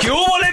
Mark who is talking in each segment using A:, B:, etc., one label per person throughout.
A: ¿Qué hubo, le,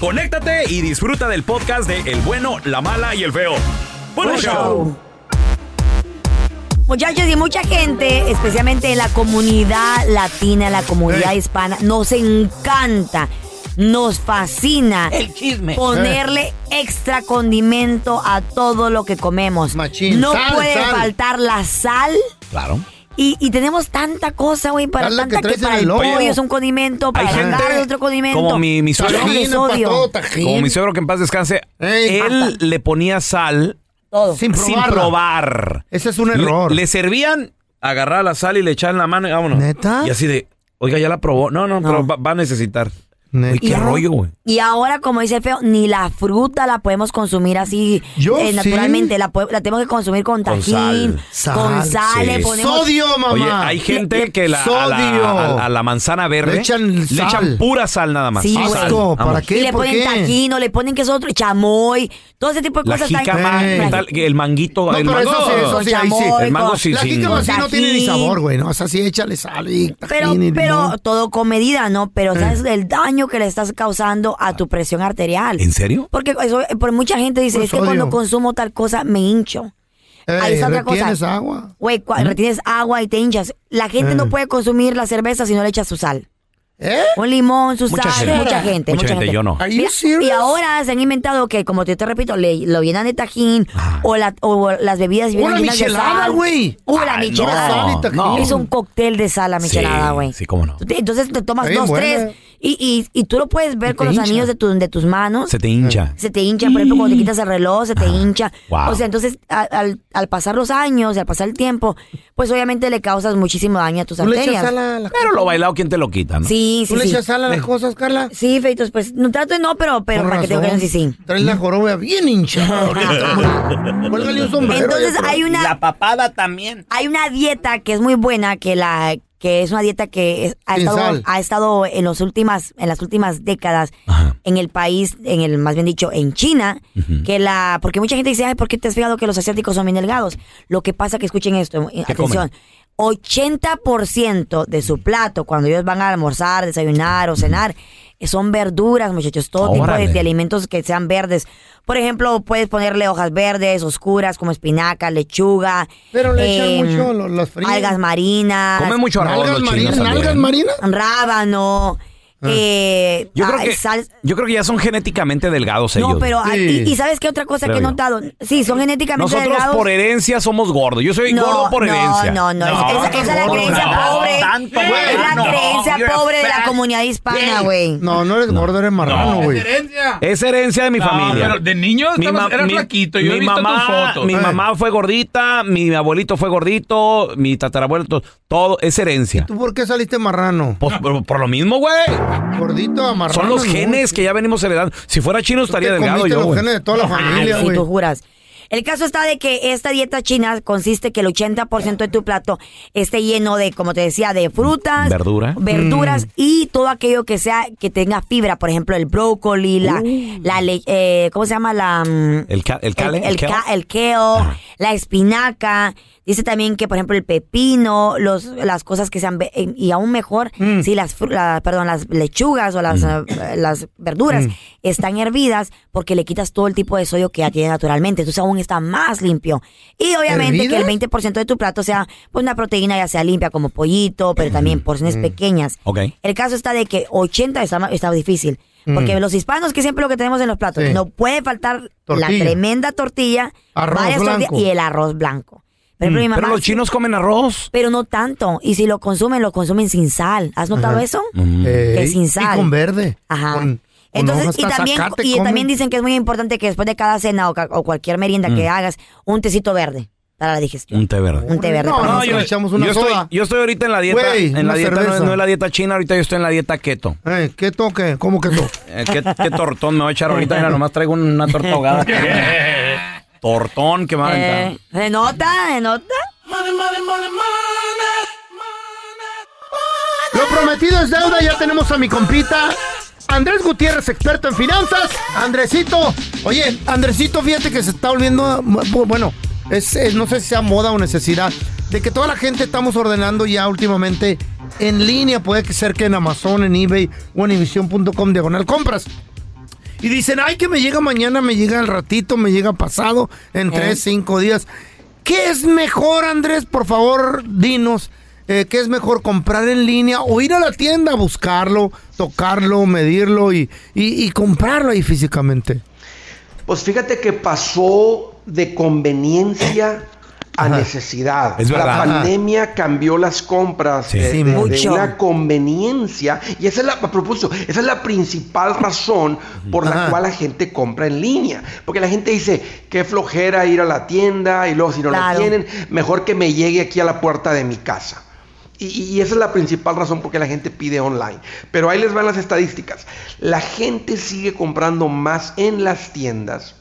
A: conéctate y disfruta del podcast de El bueno, la mala y el feo. Buen
B: Buen
A: show.
B: show. Muchachos, y mucha gente, especialmente en la comunidad latina, la comunidad hispana, nos encanta, nos fascina
C: El chisme.
B: ponerle extra condimento a todo lo que comemos.
D: Machín,
B: no
D: sal,
B: puede
D: sal.
B: faltar la sal.
A: Claro.
B: Y, y tenemos tanta cosa, güey, para
D: Sal la que
B: tanta que,
D: traes en
B: para
D: el
B: el
D: lomo.
B: pollo es un condimento, para
A: Hay
B: el
A: gente
B: carne es otro condimento.
A: como mi- mi suegro.
B: Tajín es odio.
A: Como mi suegro que en paz descanse,
D: Ey.
A: él le ponía sal
B: Todo.
D: Sin
A: sin
D: probarla.
A: probar.
D: Ese es un
A: Le-
D: error.
A: Le, servían, agarrar la sal y le echaban la mano y vámonos.
D: ¿Neta?
A: Y así de, oiga, ya la probó. No, no,
B: No.
A: pero va, va a necesitar. Uy,
D: Neta.
A: qué
B: Y-
A: rollo, güey.
B: Y ahora, como dice el feo, ni la fruta la podemos consumir así eh,
D: Yo sí.
B: naturalmente. La, po- la tenemos que consumir con
A: Con
B: tajín,
D: sal.
B: con
D: Sal,
B: sal, le
A: sí.
B: ponemos...
D: Sodio, mamá.
A: Oye, hay gente que la, a,
D: Sodio.
A: la, a- a la manzana verde
D: Le echan sal.
A: echan pura sal nada más.
B: Sí,
A: Sal,
B: güey.
D: Asco, ¿para
A: vamos.
D: qué?
B: Y le
D: ¿Por
B: ponen
D: qué?
B: tajín o le ponen que es otro chamoy. Todo ese tipo de
A: La
B: pues, cosas.
A: jícama,
D: Eh.
A: ¿qué tal? el manguito,
D: No,
A: el
D: pero
A: mango.
D: eso sí, eso sí, ahí sí.
A: El mango sí,
D: La
A: sí.
D: jícama así no
B: Tajín.
D: tiene ni sabor, güey. No, o sea, sí échale sal y
B: Pero,
D: tajín y
B: pero
D: limón.
B: todo con medida, ¿no? Pero sabes el daño que le estás causando a tu presión arterial.
A: ¿En serio?
B: Porque eso, por mucha gente dice,
D: Por
B: es que
D: sodio.
B: cuando consumo tal cosa me hincho. ahí
D: Ey,
B: está otra cosa.
D: Eh, ¿Tienes agua? ¿Mm?
B: Güey, cua- retienes agua y te hinchas. La gente no puede consumir la cerveza si no le echas su sal.
D: ¿Eh?
B: Un limón, su
A: Mucha
B: sal,
A: gente.
B: mucha gente.
A: Mucha gente, yo no.
D: Are you
B: Mira,
D: serious?
B: y ahora se han inventado que, como te, te repito, le, lo llenan de tajín
A: Ah.
B: o, la- o las bebidas
D: Una
B: vienen llenas de
D: michelada,
B: sal.
D: güey.
B: Uh, la
A: Ay,
B: michelada.
D: no, no.
B: Es un cóctel de sal la michelada, güey.
A: sí, cómo no.
B: Tú te- Entonces te tomas
D: Está bien
B: dos,
D: buena.
B: tres y, y- y tú lo puedes ver
D: Y
B: con
D: te
B: los
D: hincha.
B: anillos de, tu- de tus manos.
A: Se te
D: Eh.
A: hincha.
B: Se te hincha, por ejemplo, cuando te quitas el reloj,
D: Ah,
B: se te hincha.
A: wow.
B: O sea, entonces, a- al, al pasar los años, y al pasar el tiempo, pues obviamente le causas muchísimo daño a tus
D: ¿Tú le echas
B: arterias.
D: sal a las
A: Pero lo bailado, ¿quién te lo quita, no? Eh,
B: Sí, sí,
D: ¿Tú le
B: sí.
D: echas sal a las cosas, Carla?
B: Sí, Feitos, pues no trato de no, pero, pero
D: Con
B: para que te
D: razón.
B: vean, sí, sí.
D: Traes la joroba bien hinchada. ahorita, güey. Cuélgale un sombrero.
B: Entonces
D: allá
B: hay
D: afuera.
B: una,
C: La papada también.
B: hay una dieta que es muy buena, que la que es una dieta que es- ha,
D: Sin
B: estado,
D: sal.
B: ha estado en los últimas en las últimas décadas
A: Ajá.
B: en el país, en el más bien dicho, en China, que la porque mucha gente dice, "Ay, ¿por qué te has fijado que los asiáticos son bien delgados?" Lo que pasa que escuchen esto, eh,
A: ¿Qué comen?
B: atención. 80% de su plato cuando ellos van a almorzar, desayunar o cenar eh, son verduras, muchachos, todo tipo de-
A: Órale.
B: de alimentos que sean verdes. Por ejemplo, puedes ponerle hojas verdes, oscuras, como espinaca, lechuga,
D: Pero le echan
B: eh,
D: mucho lo- las frías.
B: algas marinas,
A: Come mucho arroz
D: ¿Nalgas
A: los
D: marinas? Ah.
A: chinos ¿eh?
D: ¿Nalgas
A: también.
D: marinas?
B: rábano, eh,
A: Yo,
B: ah,
A: creo que,
B: sal-
A: yo creo que ya son genéticamente delgados ellos.
B: no, pero ah,
D: Sí.
B: y, y sabes qué otra cosa
A: Creo
B: que he
A: yo.
B: notado, sí, son genéticamente
A: Nosotros
B: delgados.
A: por herencia somos gordos. Yo soy gordo por herencia.
B: No, no, no. esa, esa es la
D: gordo,
B: creencia
D: no,
B: pobre.
D: tanto,
B: es
D: güey,
B: la
D: no.
B: creencia
A: You're a
B: pobre de la
A: fat
B: comunidad hispana, güey.
D: No, no eres gordo, eres marrano, güey.
A: Ah, Es herencia de mi familia.
C: pero de niño estabas- eras flaquito, yo he visto
A: mamá,
C: tus fotos.
A: Mi
D: Eh.
A: mamá fue gordita, mi abuelito fue gordito, mi tatarabuelo, to- todo es herencia.
D: ¿Tú por qué saliste marrano?
A: Pues, por, por lo mismo, güey.
D: Gordito, a marrano.
A: Son los
D: ¿no?
A: genes que ya venimos heredando. Si fuera chino
D: Tú te
A: estaría delgado
D: comiste
A: yo.
D: los
A: güey. Ah,
D: genes de toda la familia,
B: Ay, si
D: güey.
B: tú juras. El caso está de que esta dieta china consiste que el 80% de tu plato esté lleno de, como te decía, de frutas,
A: Verdura.
D: Mm.
B: verduras y todo aquello que sea que tenga fibra, por ejemplo, el brócoli, la,
D: Uh.
B: la le- eh, ¿cómo se llama? La mm,
A: El, ca- el cale,
B: el, el
A: kale.
B: ca- el kale, la espinaca. Dice también que, por ejemplo, el pepino, los, las cosas que sean, ve- y aún mejor, si las, fru- la- perdón, las lechugas o las, eh, las verduras están hervidas porque le quitas todo el tipo de sodio que ya tiene naturalmente. Entonces aún está más limpio. Y obviamente que el
D: ¿Hervidas?
B: 20% de tu plato sea pues, una proteína ya sea limpia como pollito, pero también porciones pequeñas.
A: Ok.
B: El caso está de que 80 está, ma- está difícil. Porque los hispanos que siempre lo que tenemos en los platos,
D: Mm. Sí.
B: no puede faltar
D: Tortilla.
B: la tremenda tortilla,
D: Arroz
B: varias tortillas
D: blanco. Mm.
B: y el arroz blanco. Por ejemplo, mi mamá-
A: Pero los chinos comen arroz.
B: pero no tanto. Y si lo consumen, lo consumen sin sal. ¿Has notado eso?
D: Mm. Ey,
B: Que sin sal.
D: Y con verde.
B: Ajá.
D: Con- con hojas,
B: Entonces, y
D: hasta
B: también,
D: zacate
B: y
D: comen.
B: también dicen que es muy importante que después de cada cena o, ca- o cualquier merienda
D: Mm.
B: que hagas, un tecito verde para la digestión.
A: Eh. Un té verde.
B: Un té verde.
D: No,
B: para la
D: no,
B: digestión.
D: yo- echamos una
A: yo estoy,
D: soda.
A: yo estoy ahorita en la dieta.
D: Güey,
A: en la
D: una
A: dieta no,
D: cerveza.
A: no es la dieta china, ahorita yo estoy en la dieta keto.
D: Eh, ¿Qué toque? ¿Cómo que toque?
A: Eh, ¿Qué, qué tortón me va a echar ahorita? Mira, nomás traigo una torta ahogada. tortón que me va a aventar.
B: Eh, ¿Se nota? ¿Se nota?
D: Lo prometido es deuda, ya tenemos a mi compita. Andrés Gutiérrez, experto en finanzas. Andresito, oye, Andresito, fíjate que se está volviendo, bu- bueno, es, es- no sé si sea moda o necesidad, de que toda la gente estamos ordenando ya últimamente en línea, puede que ser que en Amazon, en eBay o en Ivisión.com diagonal compras. Y dicen, ay, que me llega mañana, me llega al ratito, me llega pasado, en tres, cinco días. ¿Qué es mejor, Andrés? Por favor, dinos. eh, ¿Qué es mejor comprar en línea o ir a la tienda a buscarlo, tocarlo, medirlo y, y- y comprarlo ahí físicamente?
E: Pues fíjate que pasó de conveniencia a necesidad.
A: Es verdad.
E: La pandemia cambió las compras de,
D: Sí,
E: de- de
B: mucho.
E: una conveniencia y esa es la a propósito, esa es la principal razón por la
D: Ajá.
E: cual la gente compra en línea, porque la gente dice qué flojera ir a la tienda y luego si no
B: Claro.
E: lo tienen mejor que me llegue aquí a la puerta de mi casa. Y, y esa es la principal razón por qué la gente pide online. Pero ahí les van las estadísticas. La gente sigue comprando más en las tiendas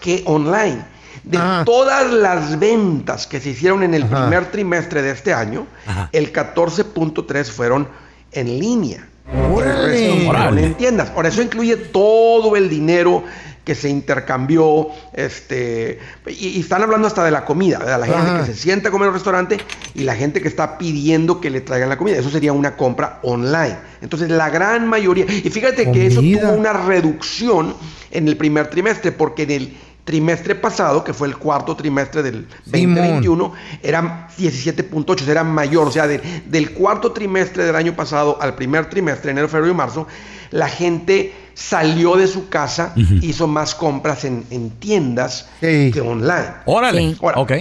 E: que online. De
D: Ah.
E: todas las ventas que se hicieron en el
D: Ajá.
E: primer trimestre de este año,
A: Ajá.
E: el 14.3 fueron en línea. El resto
D: Órale.
E: fueron
A: Órale.
E: en tiendas. Ahora, eso incluye todo el dinero que se intercambió, este, y, y están hablando hasta de la comida, ¿verdad? la gente
D: Ajá.
E: que se sienta a comer en un restaurante y la gente que está pidiendo que le traigan la comida. Eso sería una compra online. Entonces, la gran mayoría, y fíjate que eso
D: Comida.
E: tuvo una reducción en el primer trimestre, porque en el trimestre pasado, que fue el cuarto trimestre del
D: Simón.
E: 2021, era 17.8, era mayor, o sea, de- del cuarto trimestre del año pasado al primer trimestre, enero, febrero y marzo, la gente salió de su casa, hizo más compras en, en tiendas
D: Sí.
E: que online.
A: Órale.
B: Sí.
E: Ahora,
A: ok.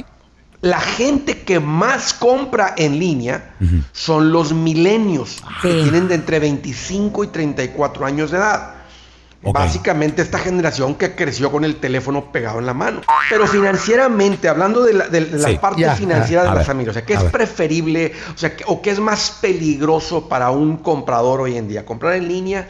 E: La gente que más compra en línea son los milenios,
B: Sí.
E: que tienen de entre 25 y 34 años de edad.
A: Ok.
E: Básicamente esta generación que creció con el teléfono pegado en la mano. Pero financieramente, hablando de la, de la
A: Sí,
E: parte
D: ya,
E: financiera
A: ya. A
E: de la
A: ver,
E: familia, o sea, ¿qué
A: a
E: es
A: ver.
E: preferible o, sea, que- o qué es más peligroso para un comprador hoy en día? ¿Comprar en línea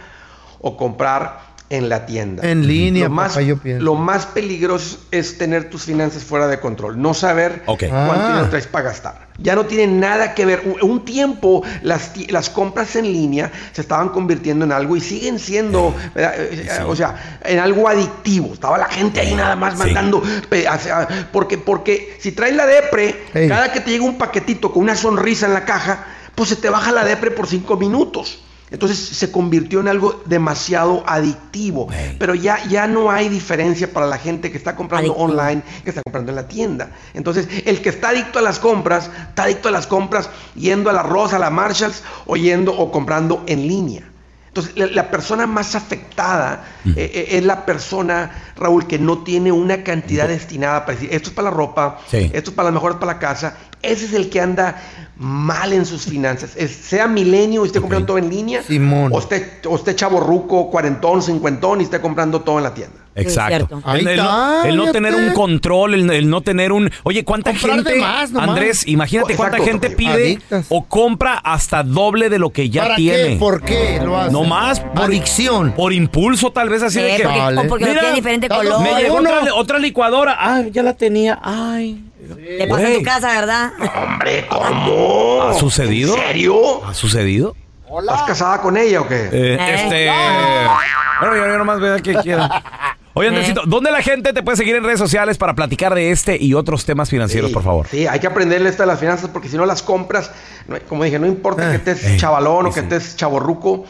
E: o comprar en la tienda?
D: En línea,
E: lo más,
D: papá, yo pienso.
E: lo más peligroso es tener tus finanzas fuera de control, no saber
A: Ok.
E: cuánto
D: Ah.
E: dinero traes para gastar. Ya no tiene nada que ver. Un- Un tiempo las, ti- las compras en línea se estaban convirtiendo en algo y siguen siendo, ¿verdad? Eh, eh, o sea, en algo adictivo. Estaba la gente ahí nada más
A: Sí.
E: mandando. pe- hacia- Porque, porque si traes la depre,
D: Ey.
E: cada que te llega un paquetito con una sonrisa en la caja, pues se te baja la depre por cinco minutos. Entonces se convirtió en algo demasiado adictivo. Pero ya, ya no hay diferencia para la gente que está comprando
B: Adictivo.
E: online, que está comprando en la tienda. Entonces, el que está adicto a las compras, está adicto a las compras yendo a la Rosa, a la Marshalls, o yendo o comprando en línea. Entonces, la, la persona más afectada
A: Mm.
E: eh, eh, es la persona, Raúl, que no tiene una
A: Mm.
E: cantidad destinada para decir, esto es para la ropa,
F: Sí.
E: esto es para las mejoras para la casa. Ese es el que anda mal en sus finanzas. Es- sea milenio y esté comprando todo en línea,
D: Simón.
E: o esté, o esté chaborruco, cuarentón, cincuentón y esté comprando todo en la tienda.
A: Exacto.
B: cierto.
D: Ahí
A: el, el
D: está,
A: no, el no
D: fíjate.
A: tener un control, el, el no tener un... Oye, ¿cuánta
D: Comprar de
A: gente,
D: más nomás.
A: Andrés, imagínate
E: Exacto,
A: cuánta gente pide
D: Adictas.
A: o compra hasta doble de lo que ya
D: ¿Para
A: tiene?
D: qué? ¿Por qué lo hace?
A: No más por-
D: Adicción.
A: Por impulso, tal vez así
B: Sí,
A: de que...
B: Eh, porque-
D: Dale.
B: o porque
A: Mira,
B: lo tiene diferente
D: cada
B: color.
A: Me llegó
D: uno.
A: otra, otra licuadora.
G: Ah,
A: Ay, ya la tenía. Ay.
B: Te pasa en
A: Güey.
B: tu casa, ¿verdad?
E: Hombre, ¿cómo?
A: ¿Ha sucedido?
E: ¿En serio?
A: ¿Ha sucedido?
E: ¿Estás casada con ella o qué?
A: Eh,
B: Eh.
A: Este. Bueno, yo, yo nomás veo que quiera. Oye, Andresito, ¿dónde la gente te puede seguir en redes sociales para platicar de este y otros temas financieros,
E: Sí,
A: por favor?
E: Sí, hay que aprenderle esto de las finanzas porque si no las compras, no- como dije, no importa que estés
A: eh,
E: chavalón o que
A: sí.
E: estés chaborruco,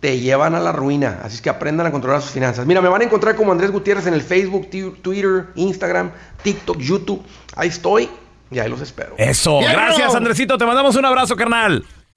E: te llevan a la ruina. Así es que aprendan a controlar sus finanzas. Mira, me van a encontrar como Andrés Gutiérrez en el Facebook, tu- Twitter, Instagram, TikTok, YouTube. Ahí estoy y ahí los espero.
A: Eso.
D: ¡Fierro!
A: Gracias, Andresito. Te mandamos un abrazo, carnal.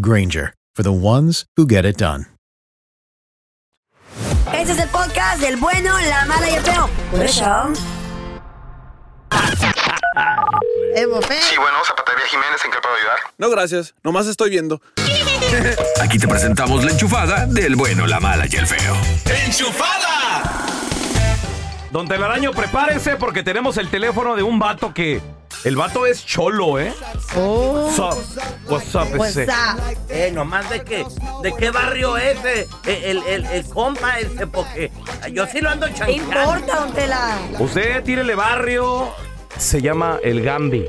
H: Granger, for the ones who get it done.
B: Ese es el podcast del bueno, la mala y el feo. Por eso. Evo, feo.
G: bueno, Zapatería Jiménez, ¿en qué puedo ayudar?
C: No, gracias. Nomás estoy viendo.
I: Aquí te presentamos la enchufada del bueno, la mala y el feo.
A: ¡Enchufada! Don Telaraño, prepárese porque tenemos el teléfono de un vato que. El vato es cholo, ¿eh?
B: Oh,
A: What's up? What's up,
B: pues
A: ese?
B: ah,
G: Eh, nomás de que, de qué barrio es eh, el, el, el compa ese, porque yo sí lo ando
B: ¿Qué
G: chanqueando.
B: importa, don Tela?
A: Usted tírele barrio. Se llama El Gambi.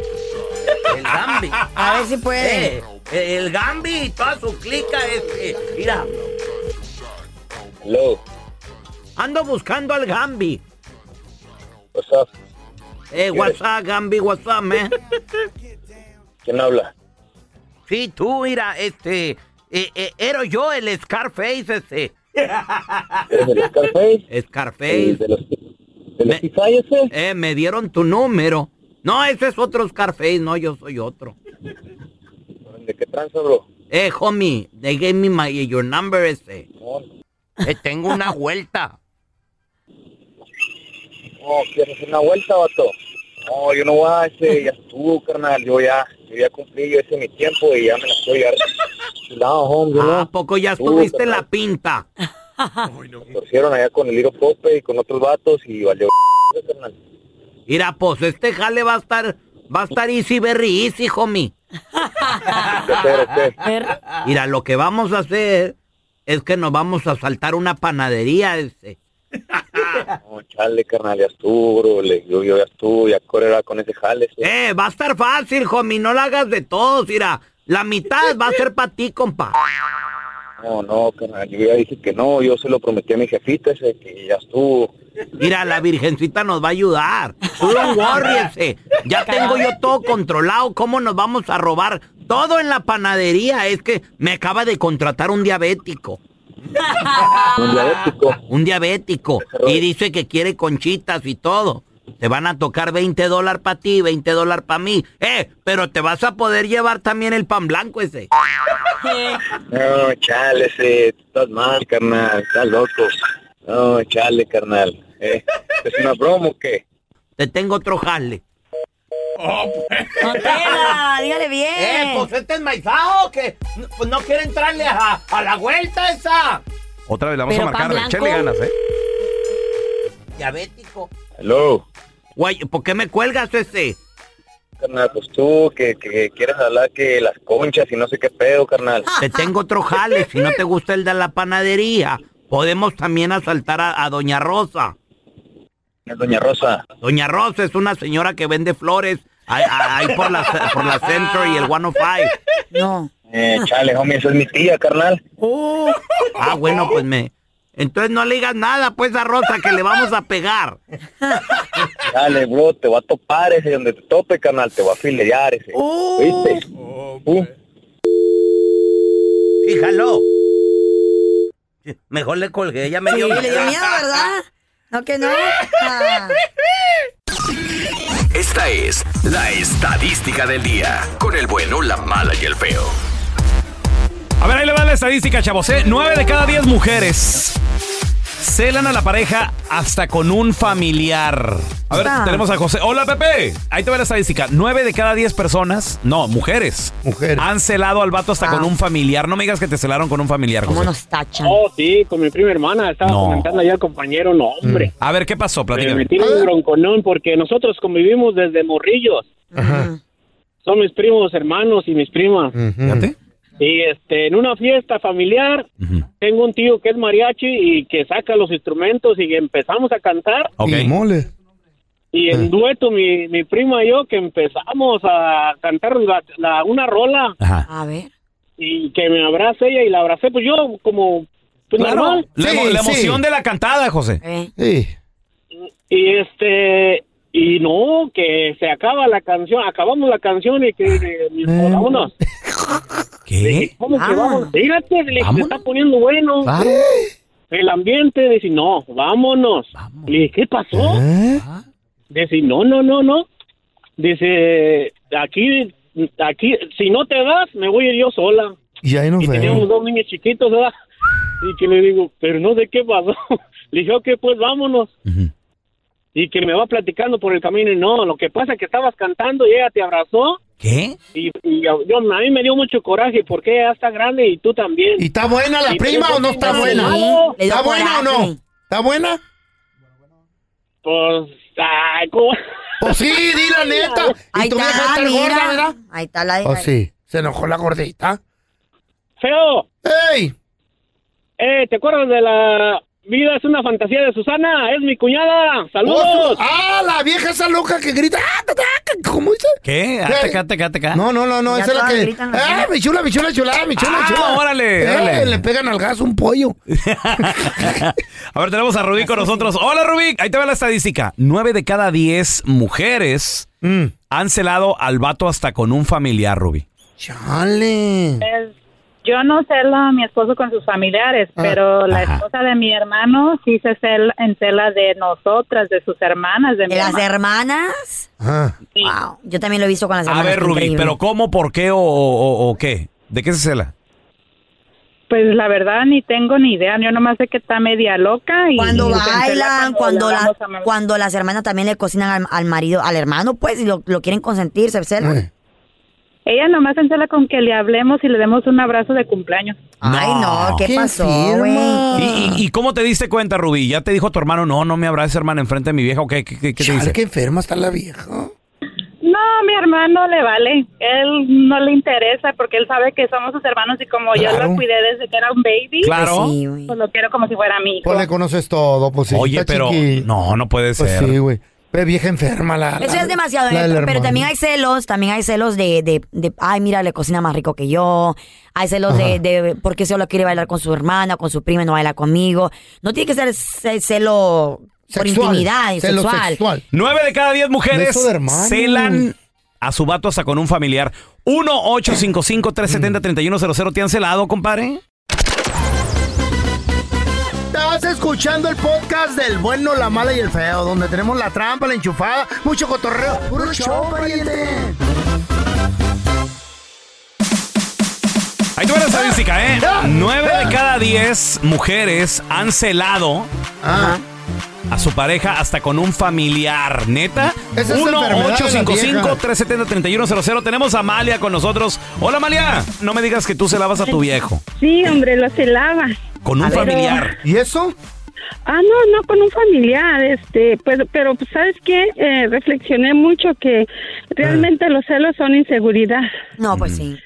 G: El Gambi.
B: A ver si puede.
G: Eh, el Gambi y toda su clica este. Mira. Ando buscando al Gambi.
J: WhatsApp.
G: Eh, WhatsApp, Gambi, WhatsApp, man.
J: ¿Quién habla?
G: Sí, tú, mira, este. Eh, eh, era yo el Scarface este. ese.
J: ¿Eres del Scarface?
G: Scarface.
J: ¿El de los, de los
G: Me-
J: Tifai ese?
G: Eh, me dieron tu número. No, ese es otro Scarface, no, yo soy otro.
J: ¿De qué tranza, bro?
G: Eh, homie, they gave me my, your number ese.
J: No,
G: Eh, tengo una vuelta.
J: no, ¿quieres una vuelta, vato? No, yo no voy a ese, ya estuvo, carnal. Yo ya, yo ya cumplí, yo hice mi tiempo y ya me la estoy harto. No, hombre,
G: Ah, ¿A
J: no.
G: poco ya
J: Tú,
G: estuviste en
J: carnal.
G: la pinta?
J: Me torcieron allá con el Liro Pope y con otros vatos y valió, carnal.
G: Mira, pues este jale va a estar, va a estar easy berry easy, homie.
J: ¿Qué hacer, o qué?
G: Mira, lo que vamos a hacer es que nos vamos a saltar una panadería ese.
J: No, chale, carnal, ya estuvo, bro. le- yo, yo ya estuvo, ya correrá con ese jale. ese.
G: Eh, va a estar fácil, homie, no la hagas de todos, mira. La mitad va a ser para ti, compa.
J: No, no, carnal, yo ya dije que no, yo se lo prometí a mi jefita ese, que ya estuvo.
G: Mira, la virgencita nos va a ayudar. Tú no worries, eh. Ya tengo yo todo controlado. ¿Cómo nos vamos a robar? Todo en la panadería. Es que me acaba de contratar un diabético. Un diabético. Un diabético. Y dice que quiere conchitas y todo. Te van a tocar 20 dólares para ti, 20 dólares para mí. Eh, pero te vas a poder llevar también el pan blanco ese.
J: No, chale, ese, tú estás mal, carnal, estás loco. No, chale, carnal. Eh, ¿Es una broma o qué?
G: Te tengo otro jale.
B: Tela, dígale bien.
G: Oh, pues. Eh, pues este es maizao que no, pues no quiere entrarle a, a la vuelta esa.
A: Otra vez la vamos
G: Pero
A: a marcar,
G: pan blanco.
A: echarle ganas, ¿eh?
G: Diabético.
J: Hello.
G: Güey, ¿por qué me cuelgas este? ese?
J: Carnal, pues tú que, que quieres hablar que las conchas y no sé qué pedo, carnal.
G: Te tengo otro jale. Si no te gusta el de la panadería, podemos también asaltar a, a Doña Rosa.
J: Doña Rosa.
G: Doña Rosa es una señora que vende flores ahí- ahí por la, por la Centro y el 105.
B: No.
J: Eh, chale, homie, esa es mi tía, carnal.
G: Ah, bueno, pues me... Entonces no le digas nada, pues, a Rosa, que le vamos a pegar.
J: Chale, bro, te va a topar ese, donde te tope, carnal, te va a filear ese. ¿Viste? Uh.
G: Fíjalo. Mejor le colgué, ella me
B: Sí,
G: dio
B: le dio miedo, ¿verdad? No que no. Ah.
F: Esta es la estadística del día. Con el bueno, la mala y el feo.
A: A ver, ahí le va la estadística, chavos. ¿eh? Nueve de cada diez mujeres celan a la pareja hasta con un familiar. A ver,
K: Ah.
A: tenemos a José. Hola, Pepe. Ahí te va la estadística. Nueve de cada diez personas, no, mujeres, han celado al vato hasta con un familiar. No me digas que te celaron con un familiar, José.
B: tachan?
L: Oh, sí, con mi prima hermana. Estaba
A: No. Mm.
L: comentando allá al compañero, no, hombre.
A: A ver, ¿qué pasó?
L: Me
A: Platícame.
L: metí en
B: Ah.
L: un bronconón porque nosotros convivimos desde morrillos. Son mis primos, hermanos y mis primas.
A: Mm.
L: Y este, en una fiesta familiar, tengo un tío que es mariachi y que saca los instrumentos y empezamos a cantar.
A: Okay.
M: mole.
L: Y
A: Mm.
L: en dueto, mi, mi prima y yo, que empezamos a cantar la- la- una rola.
B: A ver.
L: Y que me abrace ella y la abracé, pues yo como... Pues
A: Claro,
L: normal.
A: la, emo- la emoción de la cantada, José.
L: Y este, y no, que se acaba la canción, acabamos la canción y que eh, mis- vámonos.
A: ¿Qué?
L: ¿Cómo que vámonos? Fíjate, le dije, se está poniendo bueno.
A: Claro.
L: El ambiente, dice, no, vámonos. Le dije, ¿qué pasó? Dice, no, no, no, no. Dice, aquí, aquí, si no te vas, me voy a ir yo sola.
M: Y ahí nos
L: Y
D: pues.
L: teníamos
M: vemos.
L: dos niños chiquitos, ¿verdad? Y que le digo, pero no sé qué pasó. Le dije, ok, pues vámonos. Y que me va platicando por el camino. Y no, lo que pasa es que estabas cantando y ella te abrazó.
A: ¿Qué?
L: Y, y yo, a mí me dio mucho coraje porque ella está grande y tú también. ¿Y
D: está buena la prima o no está buena? ¿Está buena o no? ¿Está buena?
L: Pues, ay, ¿cómo?
D: Pues sí, di la neta.
B: Ahí
D: Y tu vieja
B: está,
D: está gorda,
B: mira.
D: ¿verdad?
B: Ahí está la
D: Pues sí, se enojó la gordita.
L: ¡Feo!
D: ¡Ey!
L: Eh, ¿te acuerdas de la vida es una fantasía de Susana? Es mi cuñada.
D: Oh, su-
L: ¡Saludos!
D: ¡Ah, la vieja esa loca que grita! ¡Ah, ta, ta, ca- ¿Cómo dice?
A: ¿Qué? Ah,
D: Sí.
A: Ataca, ataca, ataca.
D: No, no, no, no,
A: Ya
D: esa es la
A: todas
D: que.
A: gritan las
D: ¡Ah,
A: niñas.
D: mi chula, mi chula, chula, mi chula,
A: Ah,
D: chula!
A: órale,
D: Eh,
A: órale.
D: Le pegan al gas un pollo.
A: A ver, tenemos a Rubí con nosotros. Hola, Rubí. Ahí te va la estadística. Nueve de cada diez mujeres han celado al vato hasta con un familiar, Rubí.
D: ¡Chale!
N: Es- yo no celo a mi esposo con sus familiares,
A: Ah.
N: pero la
A: Ajá.
N: esposa de mi hermano sí se cel, encela de nosotras, de sus hermanas, de, mi
B: ¿De las
N: mamá.
B: hermanas? Wow. Yo también lo he visto con las
A: A
B: hermanas.
A: ver,
B: qué
A: Rubí,
B: increíble.
A: ¿pero cómo, por qué o, o- o qué? ¿De qué se cela?
N: Pues la verdad ni tengo ni idea, yo nomás sé que está media loca y
B: Cuando
N: y se encela
B: bailan, cuando,
N: la
B: la-
N: vamos a mamar.
B: cuando las hermanas también le cocinan al, al marido, al hermano, pues, y lo, lo quieren consentir, se observa.
D: Eh.
N: Ella nomás se encela con que le hablemos y le demos un abrazo de cumpleaños.
B: Ay,
A: Ah,
B: no, ¿qué, pasó, güey?
A: ¿Y, y, y cómo te diste cuenta, Rubí? ¿Ya te dijo tu hermano, no, no me abraces, hermano, enfrente de mi vieja? ¿O qué, qué, qué- qué te dice?
D: qué enferma está la vieja.
N: No, mi hermano le vale, él no le interesa porque él sabe que somos sus hermanos y como yo
D: Claro.
N: lo cuidé desde que era un baby,
A: Claro.
D: Sí,
N: pues lo quiero como si fuera mi hijo.
D: Pues le conoces todo, pues sí.
A: Oye,
D: está
A: pero
D: chiqui.
A: no, no puede
D: Pues
A: ser.
D: sí, güey. Ve, vieja enferma la.
B: Eso
D: la-
B: es demasiado,
D: la del
B: eh, pero
D: hermano.
B: también hay celos, también hay celos de, de, de, ay, mira, le cocina más rico que yo, hay celos de, de por qué solo quiere bailar con su hermana, con su prima y no baila conmigo. No tiene que ser ce- celo por
A: Sexual,
B: intimidad y
A: celo
B: sexual.
A: sexual. Nueve de cada diez mujeres
B: Beso de hermano.
A: celan a su vato hasta con un familiar. 1-855-370-3100. ¿Te han celado, compadre?
D: Estás escuchando el podcast del bueno, la mala y el feo, donde tenemos la trampa, la enchufada, mucho cotorreo. ¡Puro show, pariente!
A: Ahí tuve la estadística, ¿eh? Nueve de cada diez mujeres han celado
D: Ah.
A: a su pareja hasta con un familiar. ¿Neta?
D: Esa es enfermedad de la vieja.
A: 1-855-370-3100. Tenemos a Amalia con nosotros. Hola, Amalia. No me digas que tú celabas a tu viejo.
K: Sí, hombre, lo celaba.
A: Con un
K: Pero-
A: familiar.
D: ¿Y eso?
K: Ah, no, no, con un familiar, este, pues, pero pues, ¿sabes qué? Eh, reflexioné mucho que realmente los celos son inseguridad.
B: No, pues sí.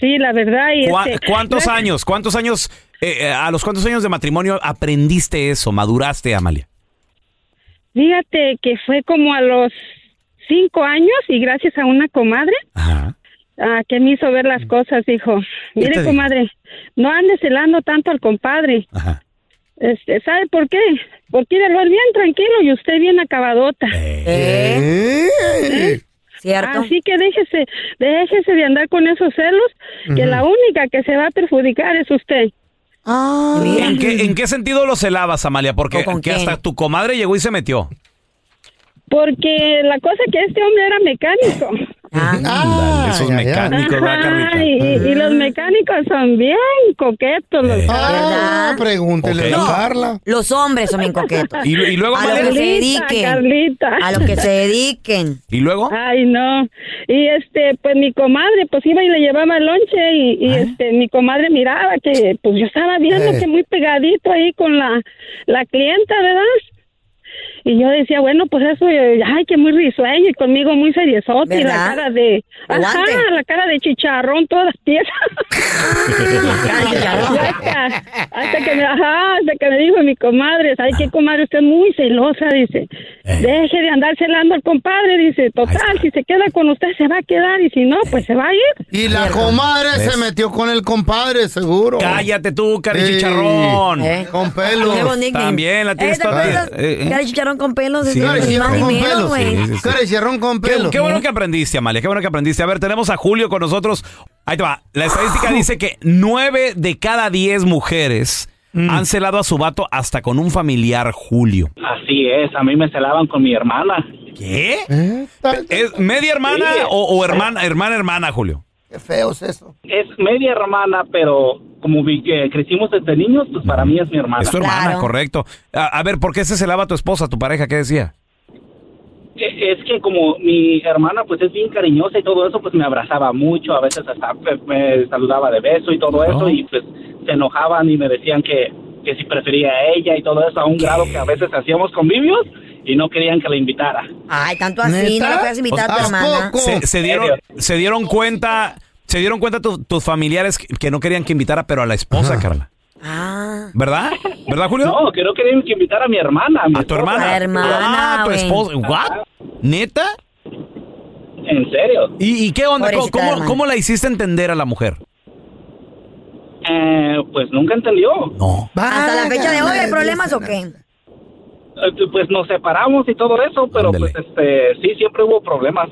K: Sí, la verdad. Y
A: ¿Cuá-
K: este,
A: ¿Cuántos
K: no es-
A: años? ¿Cuántos años? eh, eh, ¿A los cuántos años de matrimonio aprendiste eso? ¿Maduraste, Amalia?
K: Fíjate que fue como a los cinco años y gracias a una comadre ah, que me hizo ver las cosas, dijo,
M: te
K: mire
M: dijo?
K: comadre, no andes helando tanto al compadre. Este, ¿Sabe por qué? Porque era bien tranquilo y usted bien acabadota. ¿Eh?
B: ¿Cierto?
K: Así que déjese, déjese de andar con esos celos, que
A: Ujú.
K: la única que se va a perjudicar es usted.
A: ¿En qué, en qué sentido lo celabas, Amalia? Porque que hasta tu comadre llegó y se metió.
K: Porque la cosa es que este hombre era mecánico.
A: Dale, esos mecánicos, ¿verdad, Carlita?
K: Ay, Ah, y, y los mecánicos son bien coquetos.
A: Eh.
K: Los
D: Ah, pregúntele
A: Ok.
D: a
A: No.
D: Carla.
B: Los hombres son bien coquetos.
A: Y- y luego,
B: a lo
A: Amalia.
B: que se
A: Carlita,
B: dediquen. A lo que se dediquen.
A: ¿Y luego?
K: Ay, no. Y este, pues mi comadre, pues iba y le llevaba el lonche y, y, este, mi comadre miraba que, pues yo estaba viendo
M: Eh.
K: que muy pegadito ahí con la, la clienta, ¿verdad? Y yo decía, bueno, pues eso, eh, ay, que muy risueño y conmigo muy seriezote y la
M: ¿Verdad?
K: cara de, ajá,
M: Aguante.
K: la cara de chicharrón, todas las piezas. Y hasta, hasta que me, ajá, hasta que me dijo mi comadre, ¿sabe qué, comadre? Usted es muy celosa, dice. Deje de andar celando al compadre, dice. Total, si se queda con usted, se va a quedar, y si no, pues se va a ir.
D: Y la comadre se metió con el compadre, seguro.
A: Cállate tú, Cari
D: Sí.
A: Chicharrón.
D: Eh. Con pelos.
B: Nuevo nickname.
A: También la tienes
B: Eh, ¿te acuerdas?
A: toda- eh, eh.
B: Cara de chicharrón con pelos.
A: Sí,
B: es
A: cara de
B: ni
A: chicharrón
B: más ni
A: con
B: menos,
A: pelos,
B: güey.
A: sí, sí, sí. Cara de
D: chicharrón con
A: Qué, qué bueno que aprendiste, Amalia. Qué bueno que aprendiste. A ver, tenemos a Julio con nosotros. Ahí te va. La estadística dice que nueve de cada diez mujeres han celado a su vato hasta con un familiar, Julio.
O: Así es, a mí me celaban con mi hermana.
A: ¿Qué?
D: ¿Eh?
A: ¿Es media hermana
O: Sí.
A: o, o hermana, hermana, hermana, Julio?
D: Qué feo es eso.
O: Es media hermana, pero como vi que crecimos desde niños, pues para mí es mi hermana.
A: Es tu hermana, correcto. A, a ver, ¿por qué se celaba tu esposa, tu pareja? ¿Qué decía?
O: E- Es que como mi hermana pues es bien cariñosa y todo eso, pues me abrazaba mucho, a veces hasta pues, me saludaba de beso y todo eso, y pues se enojaban y me decían que, que si prefería a ella y todo eso, a un grado que a veces hacíamos convivios y no querían que la invitara.
B: Ay, tanto así, no la puedes invitar a tu hermana.
A: Se, se dieron, se dieron cuenta, se dieron cuenta tu- tus familiares que- que no querían que invitara, pero a la esposa, Carla.
B: Ah.
A: ¿Verdad? ¿Verdad, Julio?
O: No, que no querían que invitara a mi hermana. A, mi
A: tu hermana.
O: esposa.
A: Ah, tu esposa. ¿What? ¿Neta?
O: ¿En serio?
A: ¿Y, y qué onda? ¿Cómo,
O: Pobrecita
A: cómo,
O: hermana.
A: cómo la hiciste entender a la mujer?
O: Eh, pues nunca entendió.
A: No.
B: Hasta la fecha de hoy hay problemas o qué?
O: Pues nos separamos y todo eso, pero pues este, sí, siempre hubo problemas.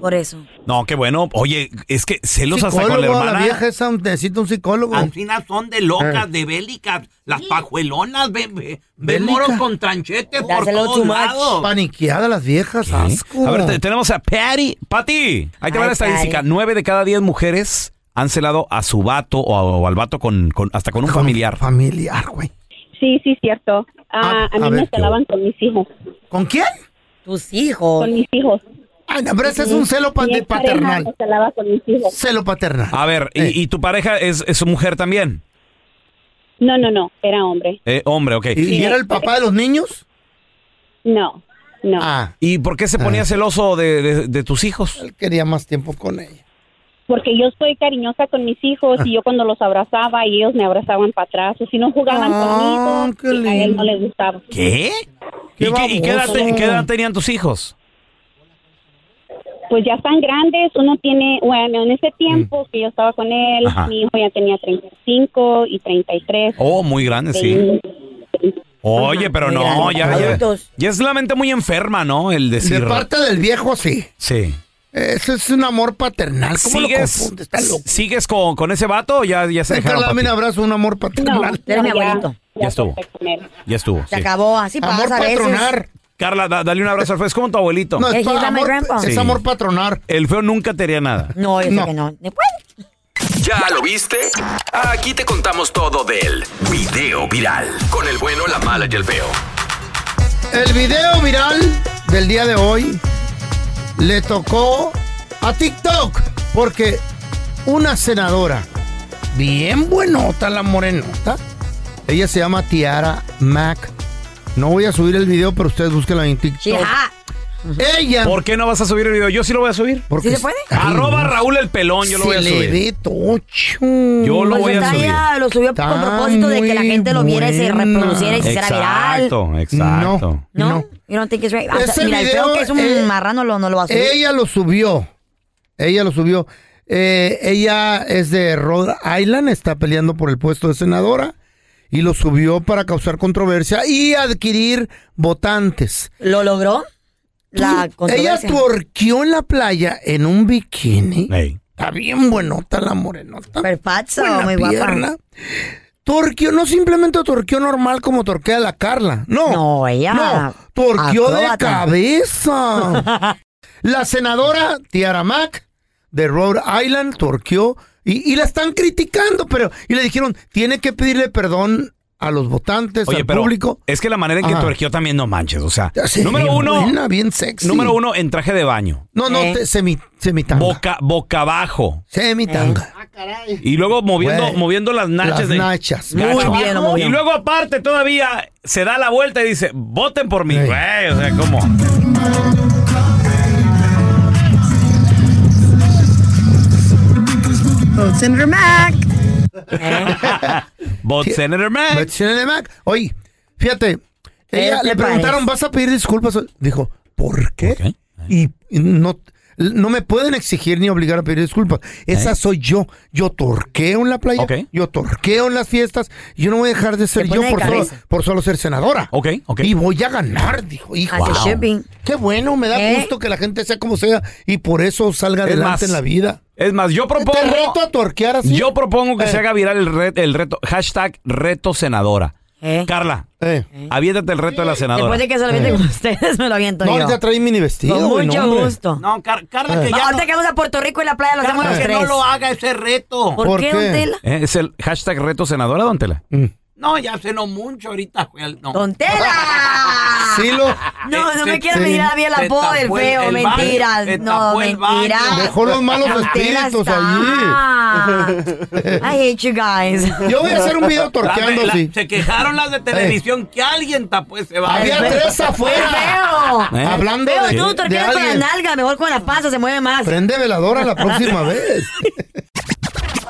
B: Por eso.
A: No, qué bueno. Oye, es que celos hasta con la
D: Psicólogo, la
A: hermana.
D: vieja esa necesita un psicólogo.
G: Ancinas son de locas, de bélicas, las pajuelonas, ve, ve, ve moros con tranchete por todos lados.
D: Paniqueadas las viejas, asco.
A: ¿Eh? A ver, te- tenemos a Patty. Patty, ahí te va
D: Ay,
A: la estadística.
D: Patty.
A: Nueve de cada diez mujeres han celado a su vato o, a- o al vato con, con- hasta con un familiar.
D: Familiar, güey.
P: Sí, sí, cierto. Ah,
A: Ah,
P: a mí
A: a
P: me
A: ver,
P: celaban con mis hijos.
D: ¿Con quién?
B: Tus hijos.
P: Con mis hijos.
D: Ay, no, pero ese es un celo pa-
P: Mi
D: de
P: expareja
D: paternal.
P: me celaba con mis hijos.
D: Celo paternal. Eh.
A: A ver, ¿y- ¿y, tu pareja es, es su mujer también?
P: No, no, no, era hombre.
A: Eh, hombre, ok.
D: ¿Y, y era el papá de los niños? Ah.
P: No, no.
A: ¿Y por qué se ponía celoso de, de- de tus hijos?
D: Quería más tiempo con ella.
P: Porque yo soy cariñosa con mis hijos y yo cuando los abrazaba y ellos me abrazaban para atrás. O si no jugaban
D: Ah,
P: conmigo, y a él no le gustaba.
A: ¿Qué? ¿Y, qué, y qué edad, te-
P: baboso.
A: qué edad tenían tus hijos?
P: Pues ya están grandes, uno tiene, bueno, en ese tiempo que yo estaba con él,
A: Ajá.
P: mi hijo ya tenía 35 y 33.
A: Oh, muy grandes, sí. Oye, pero no,
P: grandes,
A: ya, ya,
P: adultos.
A: ya es la mente muy enferma, ¿no? El decir...
D: De parte del viejo, sí.
A: Sí.
D: Ese es un amor paternal. ¿Cómo lo
A: ¿Sigues,
D: confundes? Está loco.
A: ¿sigues con, con ese vato o ya, ya se
D: Esta
A: dejaron?
D: lámina
A: Pati?
D: abrazo un amor paternal.
B: Era mi abuelito.
A: Ya estuvo. Ya estuvo.
B: Se
A: sí.
B: acabó, así pasa a veces.
A: Carla, da- dale un abrazo al feo. Es como tu abuelito.
B: No, es Eh, pa- he's like my amor- grandpa. es amor
D: patronar.
A: El feo nunca te haría nada.
B: No, yo sé que no.
F: ¿Ya lo viste? Aquí te contamos todo del video viral. Con el bueno, la mala y el feo.
D: El video viral del día de hoy le tocó a TikTok porque una senadora, bien buenota la morenota, ella se llama Tiara Mac. No voy a subir el video, pero ustedes búsquenla en TikTok. Ella.
A: ¿Por qué no vas a subir el video? Yo sí lo voy a subir.
D: Porque- ¿Sí se puede?
A: Arroba Raúl el pelón, yo lo voy a
D: Se
A: subir.
D: le ve tocho.
A: Yo lo
B: Pues
A: voy a
B: está
A: subir.
B: ya, lo subió con
D: Está
B: propósito de que la gente lo viera y se reproduciera y se hiciera viral.
A: Exacto, exacto.
B: No, you don't think it's right. Hasta-
D: Ese
B: mira, el
D: video,
B: feo que es un
D: eh,
B: marrano lo, no lo va a subir.
D: Ella lo subió. Ella lo subió. Eh, ella es de Rhode Island, está peleando por el puesto de senadora y lo subió para causar controversia y adquirir votantes.
B: ¿Lo logró? La
D: Ella
B: controversia.
D: torqueó en la playa en un bikini. Está bien buenota la morenota.
B: Perfazzo,
D: Buena
B: muy guapa.
D: pierna. Torqueó, no simplemente torqueó normal como torquea la Carla. No. No,
B: ella
D: torqueó de
B: acróbata.
D: cabeza. la senadora Tiara Mac de Rhode Island torqueó y, y la están criticando, pero. Y le dijeron, tiene que pedirle perdón a los votantes,
A: Oye,
D: al
A: pero
D: público.
A: es que la manera en que
D: Ajá.
A: tuerqueó también no manches, o sea,
D: Se
A: número
D: ve
A: uno,
D: buena, bien sexy.
A: número uno en traje de baño,
D: No, no,
A: Eh.
D: te- semi, semitanga.
A: boca, boca abajo,
D: Semitanga.
B: Eh. Ah,
A: y luego moviendo,
D: Güey,
A: moviendo las nachas,
D: las
A: de-
D: nachas.
A: Gacho.
D: Muy bien lo movió.
A: y luego aparte todavía se da la vuelta y dice, voten por mí, güey, o sea, cómo.
B: Senator Mac.
A: Bot Senator Mac.
D: Bot Senator Mac. Oye, fíjate, ella
A: te
D: le preguntaron, ¿vas a pedir disculpas? Dijo, ¿por qué? Y no, no me pueden exigir ni obligar a pedir disculpas. Esa soy yo. Yo torqueo en la playa, yo torqueo en las fiestas. Yo no voy a dejar de ser
B: Se
D: yo
B: pone de
D: por solo,
B: cabeza.
D: por solo ser senadora.
A: Ok, ok.
D: Y voy a ganar, dijo. Hijo,
B: As it
D: wow.
B: should be.
D: Qué bueno, me da
B: ¿Eh?
D: gusto que la gente sea como sea y por eso salga
A: Es
D: adelante
A: más,
D: en la vida.
A: Es más,
B: Este
A: yo propongo.
D: Te reto a torquear así.
A: Yo propongo que
D: Eh.
A: se haga viral el, re- el reto. Hashtag reto senadora. Carla,
D: Eh.
A: aviéntate el reto de la senadora.
B: Eh. Después de que se lo avienten con ustedes, me lo aviento
A: No,
B: yo.
A: ahorita trae
D: mini
A: vestido,
B: Con
A: güey,
B: mucho
A: no, hombre.
B: gusto.
G: No, Carla,
A: que ya
B: Ahorita que vamos a Puerto Rico y la playa, lo hacemos los tres.
G: haga ese reto.
B: ¿Por ¿Por qué, qué? don Tela?
A: Eh, Es el hashtag reto senadora, don Tela.
D: Mm.
G: No, ya cenó mucho ahorita. güey, No.
B: ¡Don Tela!
D: Sí, lo-
B: Ah.
A: Eh,
B: No, no
G: Se-
B: me quiero
G: se-
B: mirar bien la
G: se
B: voz del
G: tapó el-
B: feo,
G: el
B: mentiras.
G: baño, se
B: no,
G: tapó el baño.
B: mentiras.
D: Dejó los malos
B: Don Tela
D: espíritus
B: está. I hate you guys.
D: Yo voy a hacer un video torqueando,
G: La-
D: sí. Eh.
G: Se quejaron las de televisión que alguien tapó ese baño.
D: Había tres afuera.
B: Feo.
D: Eh. Hablando
B: Feo,
D: de,
B: tú
D: de
B: torqueas con la
D: alguien.
B: nalga, mejor con la panza, se mueve más.
D: Prende veladora la próxima vez.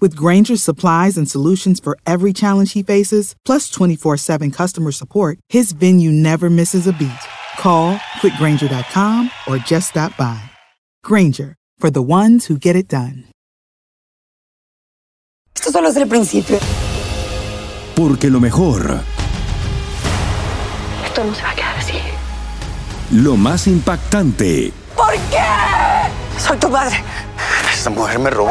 M: With Granger's supplies and solutions for every challenge he faces, plus 24 7 customer support, his venue never misses a beat. Call quickgranger.com or just stop by. Granger, for the ones who get it done.
B: Esto solo es el principio.
Q: Porque lo mejor,
R: Esto no se va a quedar así.
Q: lo más impactante,
R: ¿Por qué? Soy tu padre.
Q: Esta mujer me robó.